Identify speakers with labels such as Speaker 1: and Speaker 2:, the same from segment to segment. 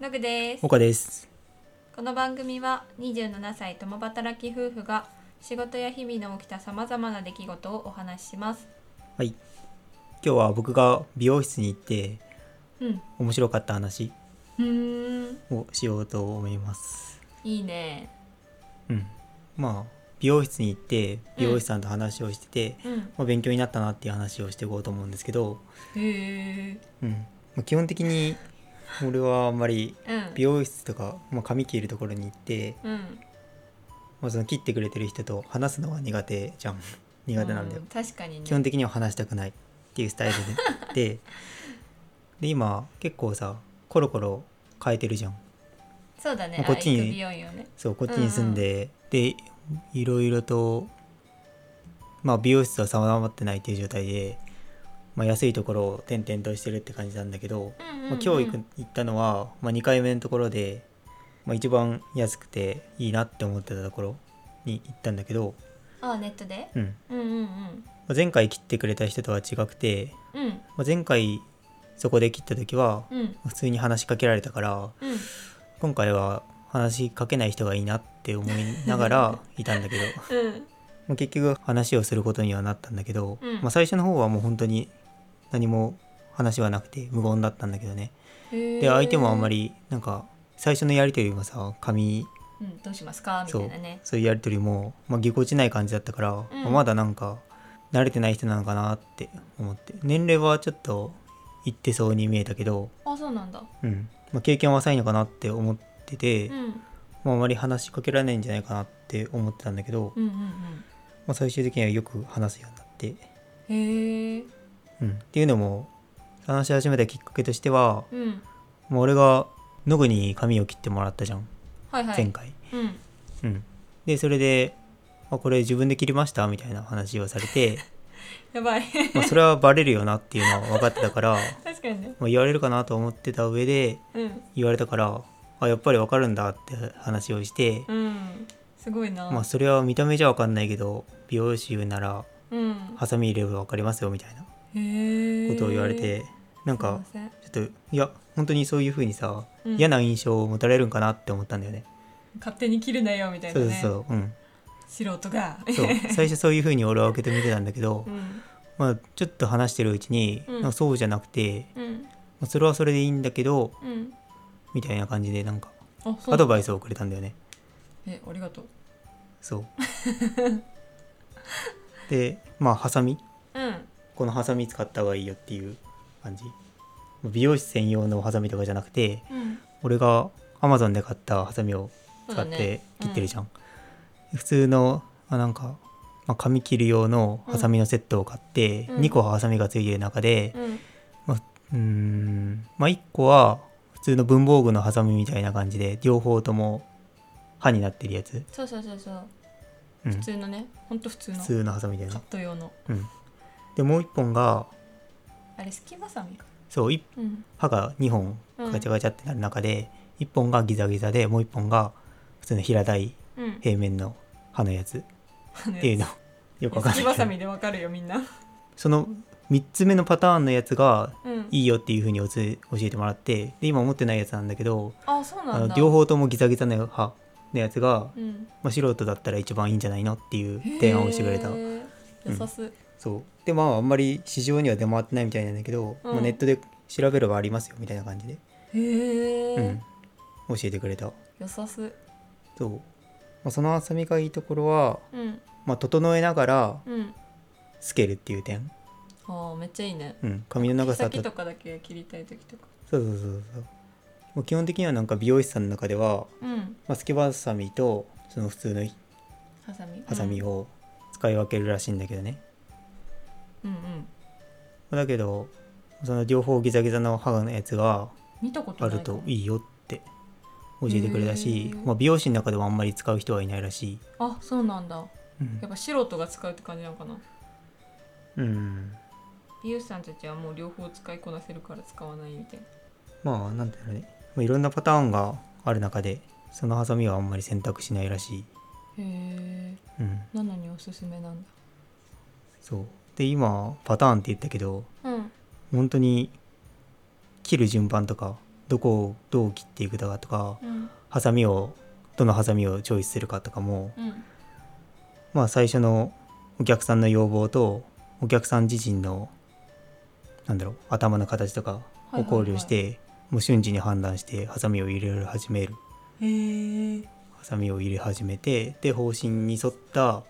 Speaker 1: のぐです
Speaker 2: 岡です。
Speaker 1: この番組は27歳共働き夫婦が仕事や日々の起きたさまざまな出来事をお話しします
Speaker 2: はい。今日は僕が美容室に行って
Speaker 1: うん
Speaker 2: 面白かった話
Speaker 1: うーん
Speaker 2: をしようと思います。
Speaker 1: いいね
Speaker 2: うん。まあ、美容室に行って美容師さんと話をしてて、
Speaker 1: うん
Speaker 2: まあ、勉強になったなっていう話をしていこうと思うんですけど、
Speaker 1: へえ
Speaker 2: うん。まあ、基本的に俺はあんまり
Speaker 1: うん
Speaker 2: 美容室とか、まあ、髪切るところに行って、
Speaker 1: うん
Speaker 2: まあ、その切ってくれてる人と話すのは苦手じゃん。苦手なんだよ
Speaker 1: う。確かにね
Speaker 2: 基本的には話したくないっていうスタイルででで今結構さコロコロ変えてるじゃん
Speaker 1: そうだね
Speaker 2: まあこっち
Speaker 1: あ
Speaker 2: に
Speaker 1: 行く美容院をね
Speaker 2: そうこっちに住んで、でいろいろとまあ美容室は定まってないっていう状態で、まあ、安いところを転々としてるって感じなんだけど、
Speaker 1: うんうん、うん
Speaker 2: まあ、今日行く行ったのは、まあ、2回目のところで、まあ、一番安くていいなって思ってたところに行ったんだけど、
Speaker 1: あネットで
Speaker 2: うん
Speaker 1: うんうんうん
Speaker 2: まあ前回切ってくれた人とは違くて
Speaker 1: うん
Speaker 2: まあ前回そこで切った時は
Speaker 1: うん
Speaker 2: 普通に話しかけられたから
Speaker 1: うん
Speaker 2: 今回は話しかけない人がいいなって思いな がらいたんだけど
Speaker 1: うん
Speaker 2: まあ結局話をすることにはなったんだけど、
Speaker 1: うん
Speaker 2: まあ、最初の方はもう本当に何も話はなくて無言だったんだけどね
Speaker 1: へえ
Speaker 2: で相手もあんま、りなんか最初のやり取りもさ紙
Speaker 1: うん、どうしますかみたいなね
Speaker 2: そういうやり取りも、まあ、ぎこちない感じだったから、
Speaker 1: うん
Speaker 2: まあまだなんか慣れてない人なのかなって思って年齢はちょっといってそうに見えたけど、
Speaker 1: あそうなんだ
Speaker 2: うんまあ、経験は浅いのかなって思ってて、
Speaker 1: うんうん
Speaker 2: まあ、あまり話しかけられないんじゃないかなって思ってたんだけど、
Speaker 1: うんうん
Speaker 2: まあ、最終的にはよく話すようになって、
Speaker 1: へえ
Speaker 2: うん、っていうのも話し始めたきっかけとしては、
Speaker 1: うん
Speaker 2: まあ、俺がノグに髪を切ってもらったじゃん
Speaker 1: はいはい
Speaker 2: 前回。
Speaker 1: うん
Speaker 2: うん、でそれで「あこれ自分で切りました?」みたいな話をされ て。
Speaker 1: やばい
Speaker 2: まあ、それはバレるよなっていうのは分かってたから、
Speaker 1: 確かにね
Speaker 2: まあ、言われるかなと思ってた上で
Speaker 1: うん
Speaker 2: 言われたからあやっぱり分かるんだって話をして、
Speaker 1: うんすごいな、
Speaker 2: まあ、それは見た目じゃ分かんないけど美容師なら
Speaker 1: うん
Speaker 2: ハサミ入れば分かりますよみたいなこ
Speaker 1: へえ
Speaker 2: とを言われて、なんか
Speaker 1: すいま
Speaker 2: ちょっといや本当にそういう風にさ、
Speaker 1: せんうん
Speaker 2: 嫌な印象を持たれるんかなって思ったんだよね。
Speaker 1: 勝手に切るなよみたい
Speaker 2: そ
Speaker 1: な
Speaker 2: う
Speaker 1: ね
Speaker 2: そうそ う、うん、
Speaker 1: 素人が
Speaker 2: そう最初そういう風に俺は受け止めてたんだけど
Speaker 1: う、ん
Speaker 2: まあ、ちょっと話してるうちに、
Speaker 1: うん
Speaker 2: なんかそうじゃなくて、
Speaker 1: うん
Speaker 2: まあそれはそれでいいんだけど
Speaker 1: うん
Speaker 2: みたいな感じでなんか
Speaker 1: あそう
Speaker 2: アドバイスをくれたんだよね。
Speaker 1: えありがとう
Speaker 2: そう でまあハサミ
Speaker 1: うん
Speaker 2: このハサミ使った方がいいよっていう感じ美容師専用のハサミとかじゃなくて
Speaker 1: うん
Speaker 2: 俺がアマゾンで買ったハサミを
Speaker 1: そう
Speaker 2: 使
Speaker 1: だ
Speaker 2: っ
Speaker 1: ね
Speaker 2: て切ってるじゃん、普通のあなんか、まあ、髪切る用のハサミのセットを買って、
Speaker 1: うん
Speaker 2: 2個ハサミがついてる中で
Speaker 1: うん
Speaker 2: うーんまあ1個は普通の文房具のハサミみたいな感じで両方とも刃になってるやつ、
Speaker 1: そうそうそうそう
Speaker 2: うん、
Speaker 1: 普
Speaker 2: 普
Speaker 1: 通のねほんと普通のカ
Speaker 2: 通のハサミだよ
Speaker 1: ッ
Speaker 2: ね
Speaker 1: ト用の
Speaker 2: うん、でもう1本が
Speaker 1: あれ隙間さみか
Speaker 2: そう一
Speaker 1: うん
Speaker 2: 歯が2本ガチャガチャってなる中で、一1本がギザギザでもう1本が普通の平たい
Speaker 1: うん
Speaker 2: 平面の歯のやつっ
Speaker 1: あの
Speaker 2: て いうのよくわかんな
Speaker 1: 隙
Speaker 2: いけ
Speaker 1: 間
Speaker 2: ど
Speaker 1: さみでわかるよみんな
Speaker 2: その3つ目のパターンのやつが
Speaker 1: うん
Speaker 2: いいよっていうふうにおつ教えてもらってで今持ってないやつなんだけど
Speaker 1: あそう
Speaker 2: あ
Speaker 1: なんだ
Speaker 2: の両方ともギザギザの歯のやつが、
Speaker 1: うん
Speaker 2: まあ、素人だったら一番いいんじゃないのっていう提案をしてくれた
Speaker 1: へー優しい
Speaker 2: そうでまああんまり市場には出回ってないみたいなんだけど、
Speaker 1: うん
Speaker 2: まあ、ネットで調べればありますよみたいな感じで、
Speaker 1: へ
Speaker 2: う
Speaker 1: え
Speaker 2: ん、教えてくれた
Speaker 1: 優しい
Speaker 2: そう、まあ、その浅みがいいところは、
Speaker 1: うん
Speaker 2: まあ、整えながら
Speaker 1: うん
Speaker 2: つけるっていう点、
Speaker 1: ああめっちゃいいね
Speaker 2: うん、髪の
Speaker 1: 毛
Speaker 2: 長さ
Speaker 1: 先
Speaker 2: とそ
Speaker 1: と
Speaker 2: う
Speaker 1: かだけ切りたい時とか
Speaker 2: そうそうそうもう基本的にはなんか美容師さんの中では、
Speaker 1: うん
Speaker 2: まあ、スケバサミとその普通の
Speaker 1: ハサミ
Speaker 2: ハサミ
Speaker 1: を
Speaker 2: を使い分けるらしいんだけどね、
Speaker 1: うんうん
Speaker 2: まあだけどその両方ギザギザの歯のやつが
Speaker 1: 見たこと
Speaker 2: あ
Speaker 1: ない
Speaker 2: る
Speaker 1: かも
Speaker 2: といいよって教えてくれたし
Speaker 1: へ、ー
Speaker 2: まあ、美容師の中でもあんまり使う人はいないらしい、
Speaker 1: あそうなんだ
Speaker 2: うん
Speaker 1: やっぱ素人が使うって感じなのかな
Speaker 2: うん、
Speaker 1: 美容師さんたちはもう両方使いこなせるから使わないみたいな
Speaker 2: まあなんだろうね、まあ、いろんなパターンがある中でそのハサミはあんまり選択しないらしい、
Speaker 1: へえ
Speaker 2: うん、
Speaker 1: なのにおすすめなんだ
Speaker 2: そうで今パターンって言ったけど
Speaker 1: うん
Speaker 2: 本当に切る順番とかどこをどう切っていくかとか
Speaker 1: うん
Speaker 2: ハサミをどのハサミをチョイスするかとかも、
Speaker 1: うん
Speaker 2: まあ、最初のお客さんの要望とお客さん自身のなんだろう頭の形とかを考慮して、もう瞬時に判断してハサミを入れ始める
Speaker 1: へえ
Speaker 2: ハサミを入れ始めてで方針に沿った、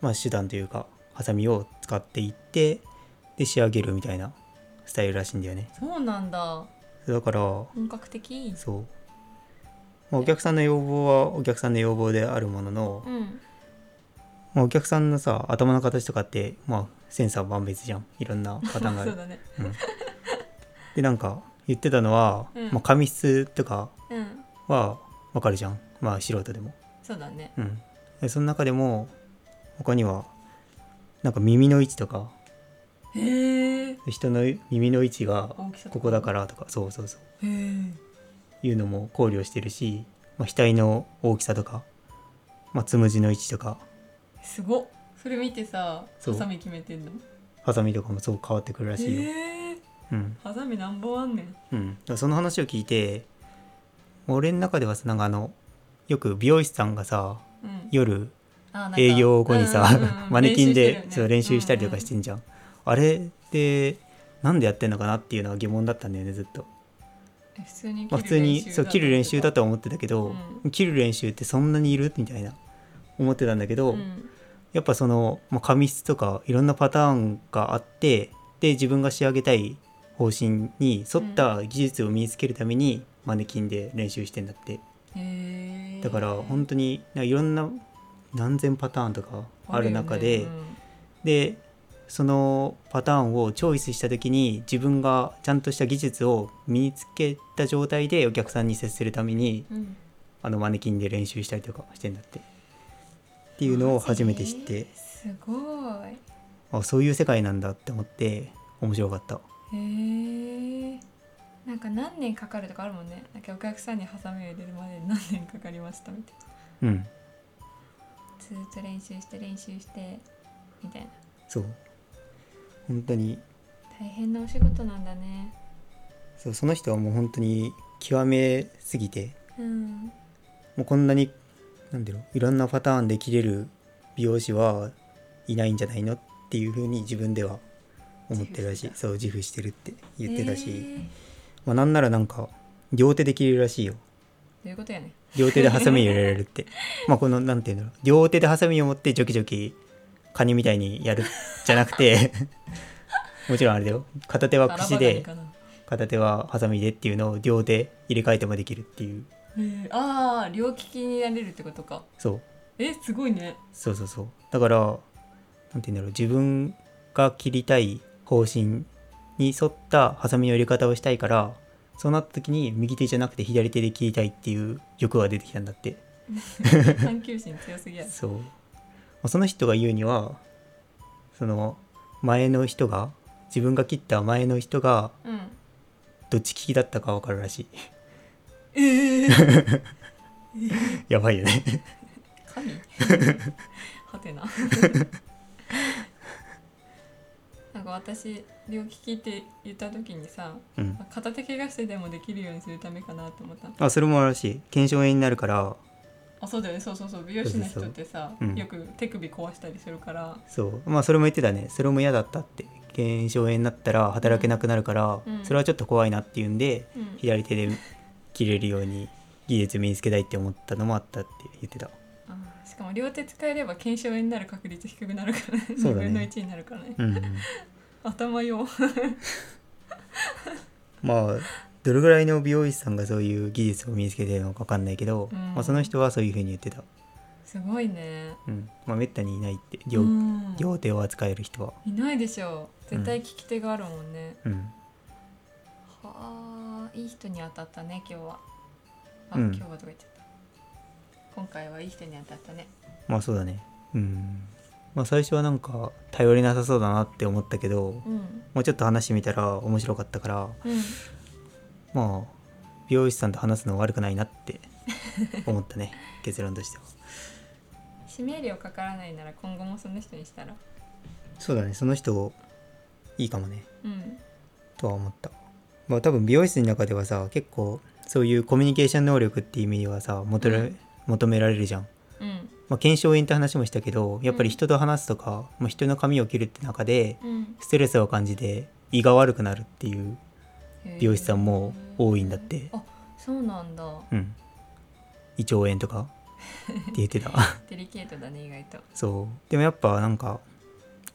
Speaker 2: まあ、手段というかハサミを使っていってで仕上げるみたいなスタイルらしいんだよね
Speaker 1: そうなんだ
Speaker 2: だから
Speaker 1: 本格的
Speaker 2: そう、まあ、お客さんの要望はお客さんの要望であるものの、
Speaker 1: うん
Speaker 2: まあ、お客さんのさ頭の形とかって、まあ、センサー万別じゃんいろ んなパターンがあ
Speaker 1: そ
Speaker 2: る
Speaker 1: うだね
Speaker 2: でなんか言ってたのは、
Speaker 1: うん
Speaker 2: まあ、紙質とか
Speaker 1: うん
Speaker 2: はわかるじゃんまあ素人でも
Speaker 1: そうだね
Speaker 2: うん、でその中でも他にはなんか耳の位置とか
Speaker 1: へえ
Speaker 2: 人の耳の位置が
Speaker 1: 大きさ
Speaker 2: ここだかららとかそうそうそう
Speaker 1: へえ
Speaker 2: いうのも考慮してるし、まあ、額の大きさとか、まあ、つむじの位置とか
Speaker 1: すごっそれ見てさ
Speaker 2: そう
Speaker 1: ハサミ決めてんの
Speaker 2: ハサミとかもそう変わってくるらしいよ。
Speaker 1: へえ
Speaker 2: うん
Speaker 1: ハサミなんぼあんねん
Speaker 2: うん、だからその話を聞いて俺の中ではさなんかあのよく美容師さんがさ
Speaker 1: うん
Speaker 2: 夜
Speaker 1: あなんか
Speaker 2: 営業後にさ、
Speaker 1: うんうんうん
Speaker 2: マネキン
Speaker 1: 練習してる
Speaker 2: で
Speaker 1: よね
Speaker 2: そう練習したりとかしてんじゃん、あれってなんでやってんのかなっていうのは疑問だったんだよねずっと、
Speaker 1: うんうんえ普通に
Speaker 2: まあ、普通にそう切る練習だとは思ってたけど、切る練習ってそんなにいるみたいな思ってたんだけど、
Speaker 1: うん
Speaker 2: やっぱその、まあ、紙質とかいろんなパターンがあってで自分が仕上げたい方針に沿った技術を身につけるためにマネキンで練習してんだって
Speaker 1: へえ
Speaker 2: だから本当になんかいろんな何千パターンとかある中で、
Speaker 1: あるよね
Speaker 2: でそのパターンをチョイスした時に自分がちゃんとした技術を身につけた状態でお客さんに接するために
Speaker 1: うんうん
Speaker 2: あのマネキンで練習したりとかしてんだってっていうのを初めて知っ
Speaker 1: マ
Speaker 2: て
Speaker 1: ジすごい
Speaker 2: あそういう世界なんだって思って面白かった
Speaker 1: へえなんか何年かかるとかあるもんねなんかお客さんにハサミを入れるまでに何年かかりましたみたいな
Speaker 2: うん
Speaker 1: ずーっと練習して練習してみたいな
Speaker 2: そう本当に
Speaker 1: 大変なお仕事なんだね
Speaker 2: そうその人はもう本当に極めすぎて
Speaker 1: うん
Speaker 2: もうこんなになんだろういろんなパターンで切れる美容師はいないんじゃないのっていうふうに自分では思ってるらし
Speaker 1: 自負して
Speaker 2: い
Speaker 1: た
Speaker 2: そう自負してるって言ってたし、
Speaker 1: へーど
Speaker 2: まあ、なんならなんか両手で切れるらしいよ
Speaker 1: ういうことやね
Speaker 2: 両手でハサミを入れられるって まあこのなんていうんだろう両手でハサミを持ってジョキジョキカニみたいにやるじゃなくて もちろんあれだよ片手は
Speaker 1: 腹
Speaker 2: 串
Speaker 1: ばかり
Speaker 2: で
Speaker 1: かな
Speaker 2: 片手はハサミでっていうのを両手入れ替えてもできるっていう
Speaker 1: へーああ両利きになれるってことか
Speaker 2: そう
Speaker 1: えすごいね
Speaker 2: そうそうそうだからなんて言うんだろう自分が切りたい方針に沿ったハサミの入れ方をしたいからそうなった時に右手じゃなくて左手で切りたいっていう欲が出てきたんだって
Speaker 1: 探求心強すぎや
Speaker 2: そうまあその人が言うにはその前の人が自分が切った前の人が
Speaker 1: うん
Speaker 2: どっち利きだったか分かるらしい
Speaker 1: ええー、
Speaker 2: やばいよね
Speaker 1: 神 はてななんか私両利きって言った時にさ
Speaker 2: うん
Speaker 1: 片手怪我してでもできるようにするためかなと思った
Speaker 2: あそれもあるらしい腱鞘炎になるから
Speaker 1: あそうだよねそうそうそう美容師の人ってさ
Speaker 2: そうそうそううん
Speaker 1: よく手首壊したりするから
Speaker 2: そうまあそれも言ってたねそれも嫌だったって腱鞘炎になったら働けなくなるから、
Speaker 1: うん
Speaker 2: それはちょっと怖いなっていうんで、
Speaker 1: うん
Speaker 2: 左手で切れるように技術身につけたいって思ったのもあったって言ってた
Speaker 1: あーしかも両手使えれば腱鞘炎になる確率低くなるから、ね、
Speaker 2: そ
Speaker 1: 2
Speaker 2: うだね
Speaker 1: 分の1になるからね
Speaker 2: うん、
Speaker 1: 頭よ
Speaker 2: まあどれぐらいの美容師さんがそういう技術を身につけてるのか分かんないけど、
Speaker 1: うん
Speaker 2: まあ、その人はそういうふうに言ってた、
Speaker 1: すごいね
Speaker 2: うんまあ、めったにいないって
Speaker 1: う
Speaker 2: 両,、
Speaker 1: ん
Speaker 2: 両手を扱える人は、
Speaker 1: いないでしょ絶対利き手があるもんね、
Speaker 2: うん、
Speaker 1: はあいい人に当たったね今日はあ、
Speaker 2: うん
Speaker 1: 今日はとか言っちゃった今回はいい人に当たったね
Speaker 2: まあそうだねうんまあ最初はなんか頼りなさそうだなって思ったけど
Speaker 1: うん
Speaker 2: もうちょっと話してみたら面白かったから
Speaker 1: うん
Speaker 2: まあ美容師さんと話すのは悪くないなって 思ったね結論としては
Speaker 1: 指名料かからないなら今後もその人にしたら
Speaker 2: そうだねその人いいかもね
Speaker 1: うん
Speaker 2: とは思ったまあ多分美容室の中ではさ結構そういうコミュニケーション能力っていう意味ではさ求め,、
Speaker 1: うん
Speaker 2: 求められるじゃん、
Speaker 1: うん
Speaker 2: まあ、検証員って話もしたけどやっぱり人と話すとか、まあ、人の髪を切るって中で
Speaker 1: うん
Speaker 2: ストレスを感じて胃が悪くなるっていう美容師さんも多いんだって
Speaker 1: あそうなんだ
Speaker 2: うん胃腸炎とかって言ってた
Speaker 1: デリケートだね意外と
Speaker 2: そうでもやっぱなんか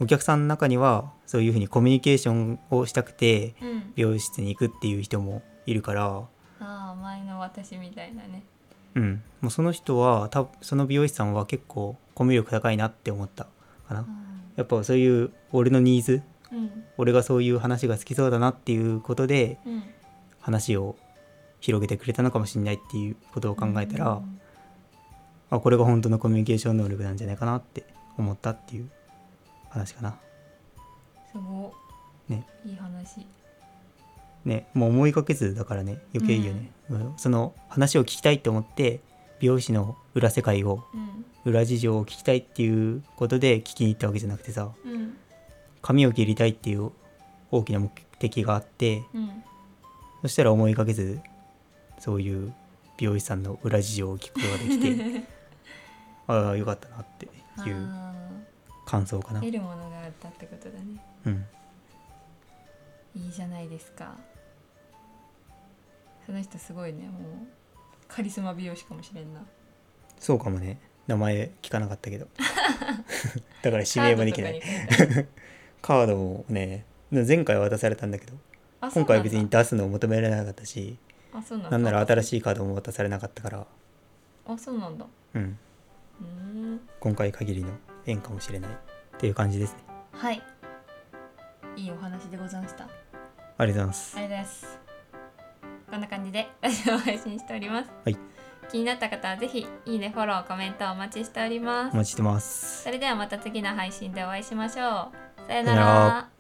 Speaker 2: お客さんの中にはそういうふうにコミュニケーションをしたくて
Speaker 1: うん
Speaker 2: 美容室に行くっていう人もいるから
Speaker 1: ああ前の私みたいなね
Speaker 2: うん、もうその人はたその美容師さんは結構コミュ力高いなって思ったかなやっぱそういう俺のニーズ
Speaker 1: うん
Speaker 2: 俺がそういう話が好きそうだなっていうことで
Speaker 1: うん
Speaker 2: 話を広げてくれたのかもしれないっていうことを考えたら、
Speaker 1: うん
Speaker 2: あこれが本当のコミュニケーション能力なんじゃないかなって思ったっていう話かな
Speaker 1: すごい
Speaker 2: ね
Speaker 1: いい話
Speaker 2: ねもう思いかけずだからね余計いいよね、うんその話を聞きたいと思って美容師の裏世界を
Speaker 1: うん
Speaker 2: 裏事情を聞きたいっていうことで聞きに行ったわけじゃなくてさ、
Speaker 1: うん
Speaker 2: 髪を切りたいっていう大きな目的があって
Speaker 1: うん
Speaker 2: そしたら思いがけずそういう美容師さんの裏事情を聞くことができてああよかったなっていう
Speaker 1: あ
Speaker 2: 感想か
Speaker 1: ー
Speaker 2: な。
Speaker 1: 得るものがあったってことだね
Speaker 2: うん、
Speaker 1: いいじゃないですかその人すごいねもうカリスマ美容師かもしれんな
Speaker 2: そうかもね名前聞かなかったけどだから指名もできない
Speaker 1: カードとかに書いて
Speaker 2: カードもね前回は渡されたんだけど
Speaker 1: ある
Speaker 2: 今回は別に出すのを求められなかったし
Speaker 1: あそうなんだ
Speaker 2: なんなら新
Speaker 1: い
Speaker 2: しいカードも渡されなかったから、
Speaker 1: あそうなんだ
Speaker 2: うん、
Speaker 1: うーん
Speaker 2: 今回限りの縁かもしれないっていう感じですね
Speaker 1: はいいいお話でございました
Speaker 2: ありがとうございます
Speaker 1: ありがとうございます。こんな感じでラジオを配信しております。
Speaker 2: はい
Speaker 1: 気になった方はぜひいいね、フォロー、コメントお待ちしておりま
Speaker 2: お
Speaker 1: す。
Speaker 2: 待ちしてます
Speaker 1: それではまた次の配信でお会いしましょう。さよ
Speaker 2: さよ
Speaker 1: な
Speaker 2: な
Speaker 1: ら
Speaker 2: ら。